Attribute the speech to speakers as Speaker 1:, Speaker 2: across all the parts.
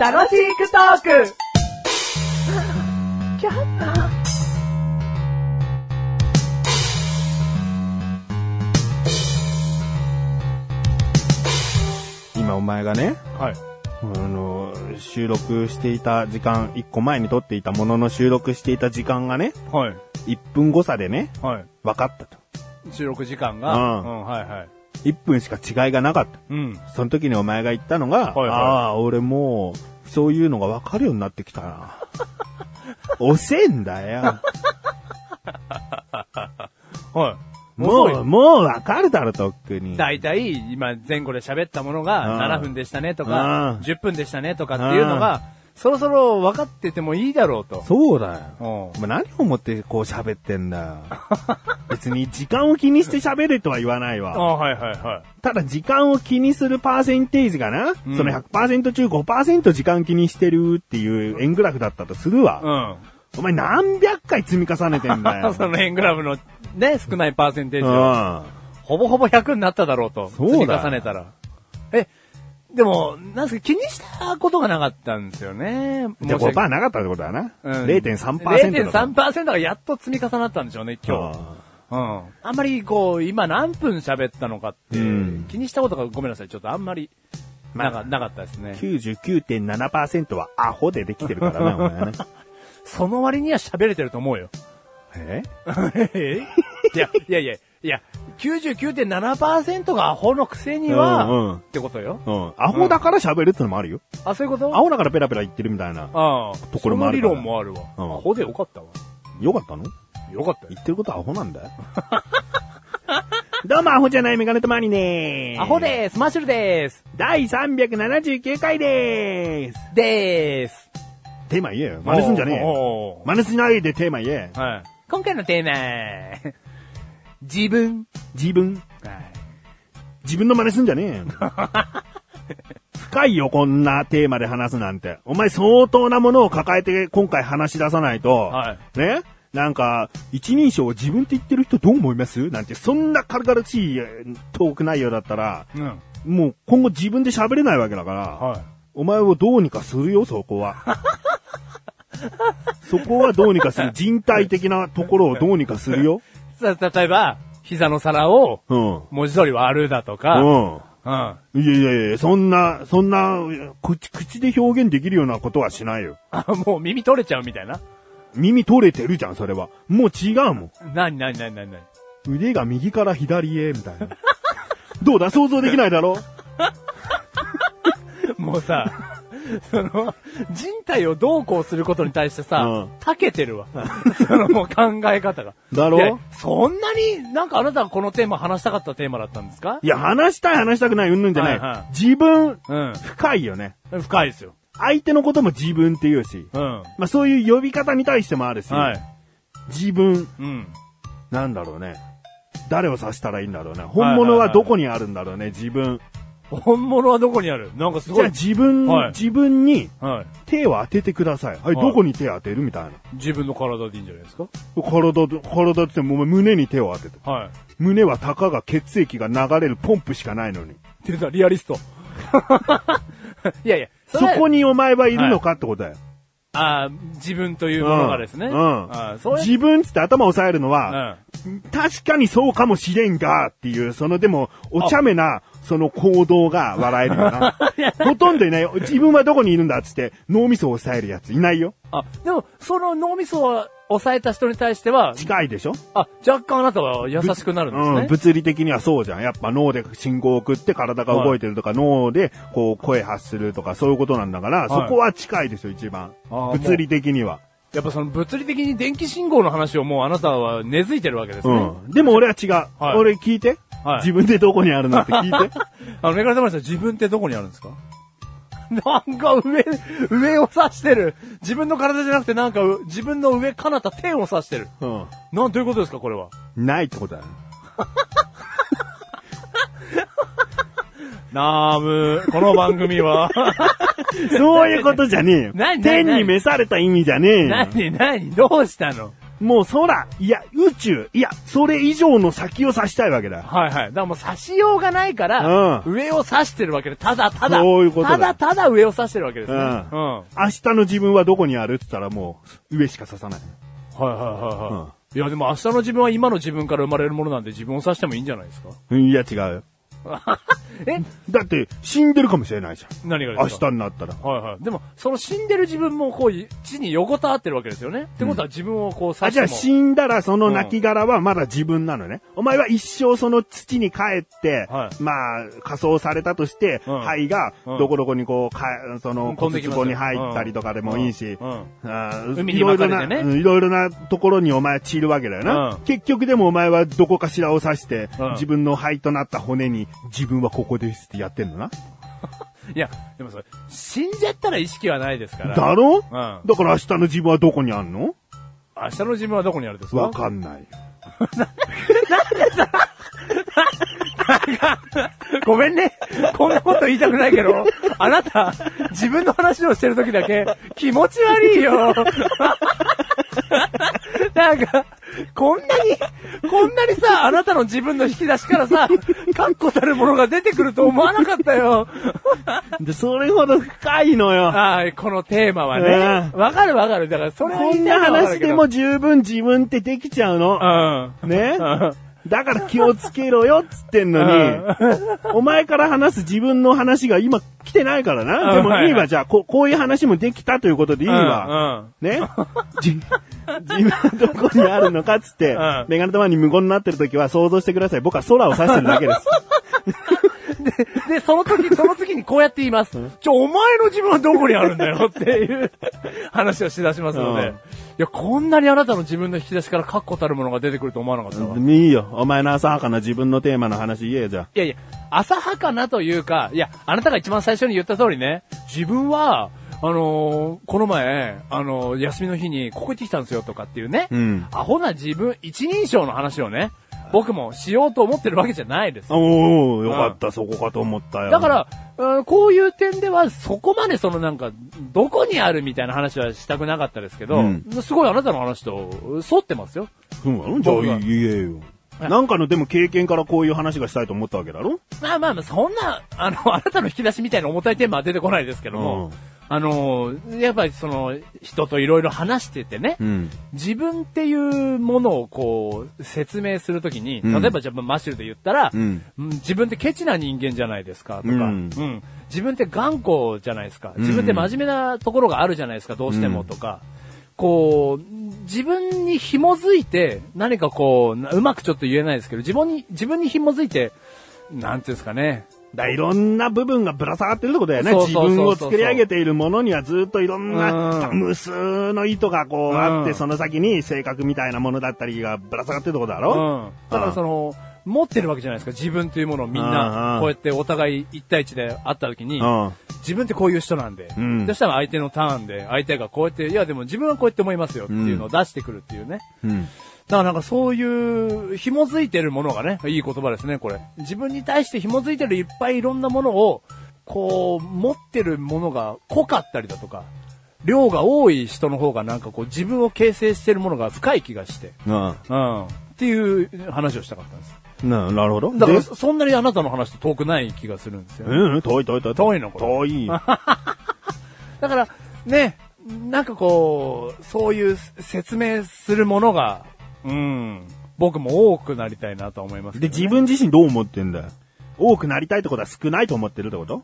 Speaker 1: 楽しくトーク
Speaker 2: 今お前がね、
Speaker 3: はい。
Speaker 2: あの、収録していた時間、1個前に撮っていたものの収録していた時間がね、
Speaker 3: はい。
Speaker 2: 1分誤差でね、
Speaker 3: はい。
Speaker 2: 分かったと。
Speaker 3: 収録時間が。
Speaker 2: うん
Speaker 3: うん、はいはい。
Speaker 2: 1分しか違いがなかった。
Speaker 3: うん。
Speaker 2: その時にお前が言ったのが、
Speaker 3: はいはい
Speaker 2: ああ、俺もう、そういうのが分かるようになってきた な。遅えんだよ。
Speaker 3: はい。
Speaker 2: も
Speaker 3: 遅
Speaker 2: う、
Speaker 3: い、
Speaker 2: もう分かるだろ、とっくに。
Speaker 3: だいたい今前後で喋ったものが
Speaker 2: うん
Speaker 3: 7分でしたねとか
Speaker 2: う、ん
Speaker 3: 10分でしたねとかっていうのが、そろそろ分かっててもいいだろうと。
Speaker 2: そうだよ。
Speaker 3: うん
Speaker 2: お前何を思ってこう喋ってん だよ。別に時間を気にして喋れとは言わないわ。
Speaker 3: あはいはいは
Speaker 2: ただ時間を気にするパーセンテージがな、
Speaker 3: うん
Speaker 2: その100%中5%時間気にしてるっていう円グラフだったとするわ。
Speaker 3: い。
Speaker 2: お前何百回積み重ねてんだ
Speaker 3: うん。
Speaker 2: よ。
Speaker 3: その円グラフのね、少ないパーセンテージを、
Speaker 2: うん。
Speaker 3: ほぼほぼ100になっただろうと。
Speaker 2: そうだよ
Speaker 3: 積み重ねたら。え、でも、なんすか気にしたことがなかったんですよね。
Speaker 2: じゃあ
Speaker 3: 申し訳
Speaker 2: 5%なかったってことだな。
Speaker 3: うん
Speaker 2: 0.3%だから。
Speaker 3: 0.3%がやっと積み重なったんでしょうね、今日。うん。あんまりこう、今何分喋ったのかって、
Speaker 2: うん
Speaker 3: 気にしたことがごめんなさい、ちょっとあんまり、なかなかったですね。
Speaker 2: 99.7%はアホでできてるから な、お前ね。
Speaker 3: その割には喋れてると思うよ。
Speaker 2: え
Speaker 3: えいや、いやいや、いや、99.7%がアホのくせには、
Speaker 2: うんうん
Speaker 3: ってことよ。
Speaker 2: うん。アホだから喋るってのもあるよ。
Speaker 3: あ、そういうこと
Speaker 2: アホだからペラペラ言ってるみたいな。
Speaker 3: ああ、
Speaker 2: ところもある
Speaker 3: そ
Speaker 2: か
Speaker 3: の
Speaker 2: ら
Speaker 3: 理論もあるわ。
Speaker 2: うん
Speaker 3: アホでよかったわ。
Speaker 2: よかったの
Speaker 3: よかったよ。
Speaker 2: 言ってることアホなんだ よ。どうも、アホじゃないメガネとマリねー。
Speaker 3: アホでーすマッシュルでーす
Speaker 2: 第379回でーす。
Speaker 3: でーす
Speaker 2: テーマ言えよ。真似すんじゃねえよ。
Speaker 3: おー
Speaker 2: 真似しないでテーマ言え。
Speaker 3: はい。今回のテーマ、自分。
Speaker 2: 自分。自分の真似すんじゃねえよ。深いよ、こんなテーマで話すなんて。お前相当なものを抱えて今回話し出さないと、
Speaker 3: は
Speaker 2: ねなんか、一人称を自分って言ってる人どう思いますなんて、そんな軽々しいえートーク内容だったら、
Speaker 3: うん。
Speaker 2: もう今後自分で喋れないわけだから、
Speaker 3: はい。
Speaker 2: お前をどうにかするよ、そこは。 そこはどうにかする。人体的なところをどうにかするよ。
Speaker 3: さあ、例えば、膝の皿を
Speaker 2: うん。
Speaker 3: 文字通り割るだとか、うん。
Speaker 2: うん。いやいやいや、そんな、そんな、口、口で表現できるようなことはしないよ。
Speaker 3: あ、もう耳取れちゃうみたいな。
Speaker 2: 耳取れてるじゃん、それは。もう違うも
Speaker 3: なになになになになに
Speaker 2: ん。腕が右から左へ、みたい な。どうだ想像できないだろ
Speaker 3: もう さ、その、人体をどうこうすることに対してさ、
Speaker 2: うん
Speaker 3: 長けてるわ。そのもう考え方が。
Speaker 2: だろ
Speaker 3: いやそんなに、なんかあなたがこのテーマ話したかったテーマだったんですか
Speaker 2: いや、話したい話したくない、うんぬんじゃない。
Speaker 3: はいはい
Speaker 2: 自分、
Speaker 3: う
Speaker 2: 深いよね。
Speaker 3: ん。深いですよ。
Speaker 2: 相手のことも自分って言うし。
Speaker 3: うん。
Speaker 2: まあそういう呼び方に対してもあるし。
Speaker 3: はい。
Speaker 2: 自分、
Speaker 3: うん。
Speaker 2: なんだろうね。誰を指したらいいんだろうね。本物はどこにあるんだろうね、自分。
Speaker 3: 本物はどこにあるなんかす
Speaker 2: じ
Speaker 3: ご
Speaker 2: ゃあ
Speaker 3: い。
Speaker 2: 自分、
Speaker 3: はい
Speaker 2: 自分に、
Speaker 3: はい。
Speaker 2: 手を当ててください。はい、
Speaker 3: はい
Speaker 2: どこに手を当てるみたいな。
Speaker 3: 自分の体でいいんじゃないですか
Speaker 2: 体で、体ってもう胸に手を当てて。
Speaker 3: はい。
Speaker 2: 胸はたかが血液が流れるポンプしかないのに。
Speaker 3: てさ、リアリスト。 いやいや、
Speaker 2: そ
Speaker 3: れ
Speaker 2: こにお前はいるのかってことだよ。
Speaker 3: あー自分というものがですね。
Speaker 2: うん
Speaker 3: あーそうや
Speaker 2: 自分っつって頭を押さえるのは、
Speaker 3: うん
Speaker 2: 確かにそうかもしれんが、っていう、そのでも、お茶目な、その行動が笑えるよ な。ほとんどいないよ。自分はどこにいるんだっつって、脳みそを押さえるやついないよ。
Speaker 3: あ、でも、その脳みそを抑えた人に対しては、
Speaker 2: 近いでしょ
Speaker 3: あ、若干あなたは優しくなるんですね。
Speaker 2: うん、物理的にはそうじゃん。やっぱ脳で信号を送って体が動いてるとか、脳でこう声発するとかそういうことなんだから、
Speaker 3: はい
Speaker 2: そこは近いでしょ、一番。
Speaker 3: あー
Speaker 2: 物理的には。
Speaker 3: やっぱその物理的に電気信号の話をもうあなたは根付いてるわけです
Speaker 2: う
Speaker 3: ね。
Speaker 2: ん。でも俺は違う。
Speaker 3: はい
Speaker 2: 俺聞いて、
Speaker 3: はい
Speaker 2: 自分でどこにあるのって聞 いて。
Speaker 3: あの、メガネ玉さん自分ってどこにあるんですか なんか上、上を指してる。自分の体じゃなくてなんかう自分の上、彼方、天を指してる。
Speaker 2: うん。
Speaker 3: なん、どういうことですか、これは。
Speaker 2: ないってことだよ。
Speaker 3: なーむ、この番組 は。
Speaker 2: そういうことじゃねえよ。
Speaker 3: 何何
Speaker 2: 天に召された意味じゃねえよ。
Speaker 3: なになにどうしたの
Speaker 2: もう空、いや、宇宙、いや、それ以上の先を指したいわけだ。
Speaker 3: はいはい。だからもう刺しようがないから、
Speaker 2: う
Speaker 3: 上を刺してるわけで、ただただ、
Speaker 2: そういうことだ
Speaker 3: ただただ上を刺してるわけですね。
Speaker 2: う
Speaker 3: うんん。はい
Speaker 2: 明日の自分はどこにあるって言ったらもう、上しか指さない。
Speaker 3: はいはいはい。いやでも明日の自分は今の自分から生まれるものなんで自分を刺してもいいんじゃないですか
Speaker 2: うん、いや違う。
Speaker 3: え
Speaker 2: だって、死んでるかもしれないじゃん。
Speaker 3: 何が
Speaker 2: 明
Speaker 3: ですか
Speaker 2: 日になったら。
Speaker 3: 明日。はいはい。でも、その死んでる自分もこう、地に横たわってるわけですよね。ってことは自分をこう
Speaker 2: あ、
Speaker 3: 刺して
Speaker 2: じ
Speaker 3: も。
Speaker 2: ゃあ死んだらその亡骸はまだ自分なのね。お前は一生その土に帰って、
Speaker 3: はい
Speaker 2: まあ、仮装されたとして、
Speaker 3: うん
Speaker 2: 灰が
Speaker 3: うん
Speaker 2: どこどこにこう、かその
Speaker 3: 飛ん
Speaker 2: 骨
Speaker 3: できます
Speaker 2: 壺に入ったりとかでもいいし、
Speaker 3: うんうん
Speaker 2: あー
Speaker 3: 海に巻かれてね
Speaker 2: いろいろなうんいろいろなところにお前散るわけだよな。
Speaker 3: うん
Speaker 2: 結局でもお前はどこかしらを刺して、
Speaker 3: うん
Speaker 2: 自分の灰となった骨に、自分はここですってやってんのな。
Speaker 3: いや、でもそれ、死んじゃったら意識はないですから。
Speaker 2: だろ、
Speaker 3: うん
Speaker 2: だから明日の自分はどこにあんの
Speaker 3: 明日の自分はどこにあるんですか
Speaker 2: わかんない。
Speaker 3: ごめんね。 こんなこと言いたくないけ ど、あなた、自分の話をしてる時だけ、気持ち悪い よ。なんか、こんなに、こんなにさ、あなたの自分の引き出しからさ、確固たるものが出てくると思わなかったよ。
Speaker 2: で、それほど深いのよ。
Speaker 3: ああ、このテーマはね。わかるわかる。だから、それは
Speaker 2: こ
Speaker 3: 言
Speaker 2: ん
Speaker 3: いた
Speaker 2: ない
Speaker 3: のはわか
Speaker 2: 話
Speaker 3: るけ
Speaker 2: で
Speaker 3: ど
Speaker 2: も十分自分ってできちゃうの。ねだから気をつけろよっつってんのに、お前から話す自分の話が今来てないからな。
Speaker 3: う
Speaker 2: で
Speaker 3: ん
Speaker 2: もいい
Speaker 3: はいは
Speaker 2: わ、
Speaker 3: い
Speaker 2: じゃあ、こうこういう話もできたということでいい
Speaker 3: うん。
Speaker 2: わ。
Speaker 3: うん。
Speaker 2: ねじ自分はどこにあるのかっつって
Speaker 3: うん、
Speaker 2: メガネ玉に無言になってる時は想像してください。僕は空を指してるだけです。
Speaker 3: で、その時、その時にこうやって言います。ちょ、お前の自分はどこにあるんだよっていう話をしだしますので。
Speaker 2: うん
Speaker 3: いや、こんなにあなたの自分の引き出しから確固たるものが出てくると思わなか ったわ。い
Speaker 2: いいよ。お前の浅はかな自分のテーマの話言えよじゃあ。
Speaker 3: やいや、浅はかなというか、いや、あなたが一番最初に言った通りね、自分は、あのーこの前、あのー休みの日にここ行ってきたんですよとかっていうね、
Speaker 2: うん
Speaker 3: アホな自分、一人称の話をね、僕もしようと思ってるわけじゃないです。
Speaker 2: おー、よかった、そこかと思ったよ。
Speaker 3: だから、うんこういう点では、そこまでそのなんか、どこにあるみたいな話はしたくなかったですけど、
Speaker 2: うん
Speaker 3: すごいあなたの話と沿ってますよ。
Speaker 2: そうなのじゃあ
Speaker 3: 僕は
Speaker 2: 言えよ。なんかのでも経験からこういう話がしたいと思ったわけだろ
Speaker 3: まあまあまあ、そんな、あの、あ なたの引き出しみたいな重たいテーマは出てこないですけども、
Speaker 2: うん
Speaker 3: あの、やっぱりその、人といろいろ話しててね、
Speaker 2: ん。
Speaker 3: 自分っていうものをこう、説明するときに、
Speaker 2: うん
Speaker 3: 例えばじゃあマシュルで言ったら、
Speaker 2: うん
Speaker 3: うん自分ってケチな人間じゃないですか、とか、
Speaker 2: う
Speaker 3: うんん自分って頑固じゃないですか、自分って真面目なところがあるじゃないですか、どうしてもとか、こう、自分に紐づいて、何かこう、なうまくちょっと言えないですけど、自分に、自分に紐づいて、なんていうんですかね、
Speaker 2: だいろんな部分がぶら下がってるってことだよね。
Speaker 3: そう
Speaker 2: 自
Speaker 3: そうそうそう
Speaker 2: 分を作り上げているものにはずっといろんな
Speaker 3: うん
Speaker 2: 無数の糸がこうあって、
Speaker 3: うん
Speaker 2: その先に性格みたいなものだったりがぶら下がってるってことだ
Speaker 3: うん
Speaker 2: ろ、
Speaker 3: ただその、持ってるわけじゃないですか、自分というものをみん
Speaker 2: うんう
Speaker 3: な、
Speaker 2: ん
Speaker 3: こうやってお互い一対一で会った時に、
Speaker 2: うん
Speaker 3: 自分ってこういう人なんで、
Speaker 2: うん
Speaker 3: そしたら相手のターンで、相手がこうやって、いやでも自分はこうやって思いますよっていうのを出してくるっていうね。
Speaker 2: うん。
Speaker 3: だからなんかそういう、紐づいてるものがね、いい言葉ですね、これ。自分に対して紐づいてるいっぱいいろんなものを、こう、持ってるものが濃かったりだとか、量が多い人の方がなんかこう自分を形成してるものが深い気がして、
Speaker 2: な
Speaker 3: うん。っていう話をしたかったんです。
Speaker 2: ななるほど。
Speaker 3: だから
Speaker 2: で
Speaker 3: そんなにあなたの話と遠くない気がするんですよね。
Speaker 2: うん、遠い遠い遠い。
Speaker 3: 遠いのこれ
Speaker 2: 遠い。
Speaker 3: だから、ね、なんかこう、そういう説明するものが、うん、僕も多くなりたいなとは思います
Speaker 2: で、
Speaker 3: けど、ね。
Speaker 2: 自分自身どう思ってんだよ。多くなりたいってことは少ないと思ってるってこと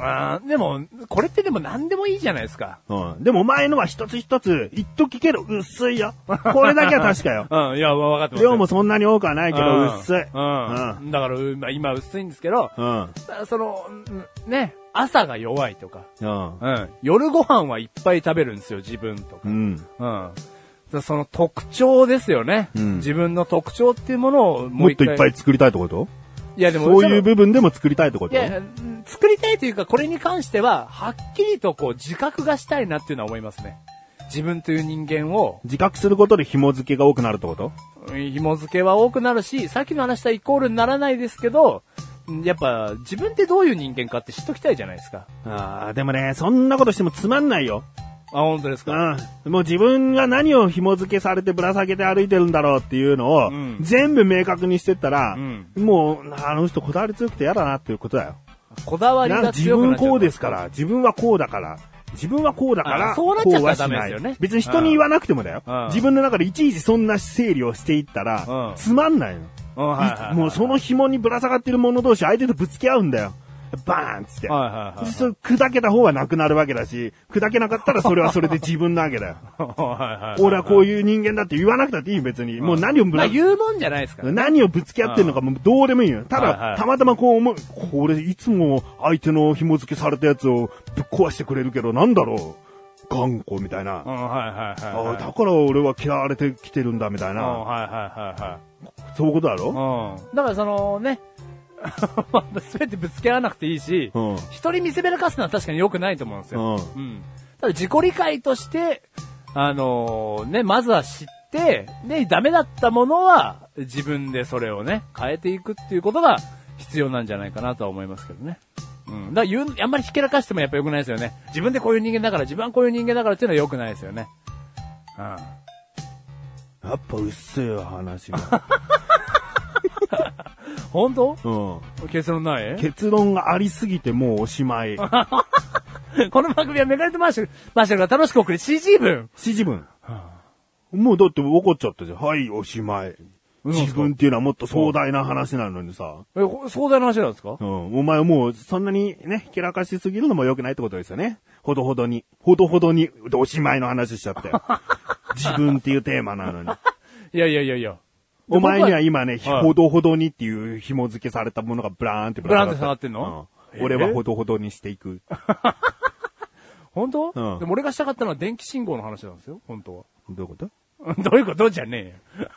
Speaker 3: あーでも、これってでも何でもいいじゃないですか。
Speaker 2: うん。でもお前のは一つ一つ、一時けど薄いよ。これだけは確かよ。
Speaker 3: うん、いや、わ分かってますよ。
Speaker 2: 量もそんなに多くはないけ
Speaker 3: うん
Speaker 2: ど、薄い。
Speaker 3: うん。だから、うまあ今薄いんですけど、
Speaker 2: うん。うん。
Speaker 3: だからその、うんね、朝が弱いとか、
Speaker 2: うん。
Speaker 3: うん、夜ご飯はいっぱい食べるんですよ、自分とか。
Speaker 2: うん。
Speaker 3: うん。その特徴ですよね。
Speaker 2: うん
Speaker 3: 自分の特徴っていうものをも
Speaker 2: も
Speaker 3: う
Speaker 2: っと
Speaker 3: 一回。
Speaker 2: いっぱい作りたいってこと
Speaker 3: いやでも、
Speaker 2: そういう部分でも作りたいってこ
Speaker 3: い
Speaker 2: と
Speaker 3: や、作りたいというか、これに関しては、はっきりとこう、自覚がしたいなっていうのは思いますね。自分という人間を、
Speaker 2: 自覚することで紐付けが多くなるってこと
Speaker 3: うん紐付けは多くなるし、さっきの話とはイコールにならないですけど、うんやっぱ、自分ってどういう人間かって知っときたいじゃないですか。
Speaker 2: ああ、でもね、そんなことしてもつまんないよ。
Speaker 3: あ、本当ですか。
Speaker 2: うん。もう自分が何を紐付けされてぶら下げて歩いてるんだろうっていうのを、
Speaker 3: うん
Speaker 2: 全部明確にしてったら、
Speaker 3: うん
Speaker 2: もう、あの人こだわり強くて嫌だなっていうことだよ。
Speaker 3: こだわり
Speaker 2: なんか
Speaker 3: が
Speaker 2: 自
Speaker 3: 強くな
Speaker 2: 分
Speaker 3: っちゃう。
Speaker 2: こうですから、自分はこうだから、自分はこうだから、
Speaker 3: あそうなっちゃったらダメです
Speaker 2: こう
Speaker 3: よね
Speaker 2: はしない別に人に言わなくてもだよ
Speaker 3: うん。
Speaker 2: 自分の中でいちいちそんな整理をしていった
Speaker 3: う
Speaker 2: ら
Speaker 3: ん、
Speaker 2: つまんないの。
Speaker 3: うん。はいはいはい
Speaker 2: もうその紐にぶら下がってる者同士相手とぶつけ合うんだよ。バーンっつって。
Speaker 3: はいはいはい。
Speaker 2: そう砕けた方はなくなるわけだし、砕けなかったらそれはそれで自分なわけだよ。
Speaker 3: はいはいはい
Speaker 2: 俺はこういう人間だって言わなくたっていいよ別に。もう何をぶ
Speaker 3: ま
Speaker 2: ら
Speaker 3: あ、言うもんじゃないですからね。
Speaker 2: 何をぶつけ合ってんのかもうどうでもいいよ。た
Speaker 3: はいは
Speaker 2: だ
Speaker 3: い、
Speaker 2: たまたまこう思う、これいつも相手の紐付けされたやつをぶっ壊してくれるけどなんだろう。頑固みたいな
Speaker 3: う。ん、はいはいはいは
Speaker 2: あ
Speaker 3: い。
Speaker 2: だから俺は嫌われてきてるんだみたい
Speaker 3: うん、
Speaker 2: な。
Speaker 3: はいはいはいはい。
Speaker 2: そういうことだろ
Speaker 3: うん。だからそのね、 すべてぶつけ合わなくていいし、
Speaker 2: うん。
Speaker 3: 人に見せびらかすのは確かに良くないと思うんですよ。
Speaker 2: う
Speaker 3: うん。ただ自己理解として、あのーね、まずは知って、で、ダメだったものは自分でそれをね、変えていくっていうことが必要なんじゃないかなとは思いますけどね。うん。だから言う、あんまりひけらかしてもやっぱ良くないですよね。自分でこういう人間だから、自分はこういう人間だからっていうのは良くないですよね。うん。
Speaker 2: やっぱうっせえよ話 が。
Speaker 3: 本当
Speaker 2: うん。
Speaker 3: 結論ない
Speaker 2: 結論がありすぎてもうおしまい。
Speaker 3: この番組はメガネとマーシュル、マーシュルが楽しく送る CG 文。
Speaker 2: 指示文。もうだって怒っちゃったじゃん。はい、おしまい。
Speaker 3: ん
Speaker 2: 自分っていうのはもっと壮大な話なのにさ。
Speaker 3: え、こ壮大な話なんですか
Speaker 2: うん。お前もうそんなにね、ひけらかしすぎるのも良くないってことですよね。ほどほどに。ほどほどに。でおしまいの話しちゃって。 自分っていうテーマなのに。
Speaker 3: いやいやいやいや。
Speaker 2: お前には今ね、
Speaker 3: 僕ははい
Speaker 2: ほどほどにっていう紐付けされたものがブラーンって
Speaker 3: ブラーンって下がってんの
Speaker 2: うん俺はほどほどにしていく。
Speaker 3: 本当、
Speaker 2: うん
Speaker 3: でも俺がしたかったのは電気信号の話なんですよ、本当
Speaker 2: どういうこと
Speaker 3: は。どういうことじゃねえよ。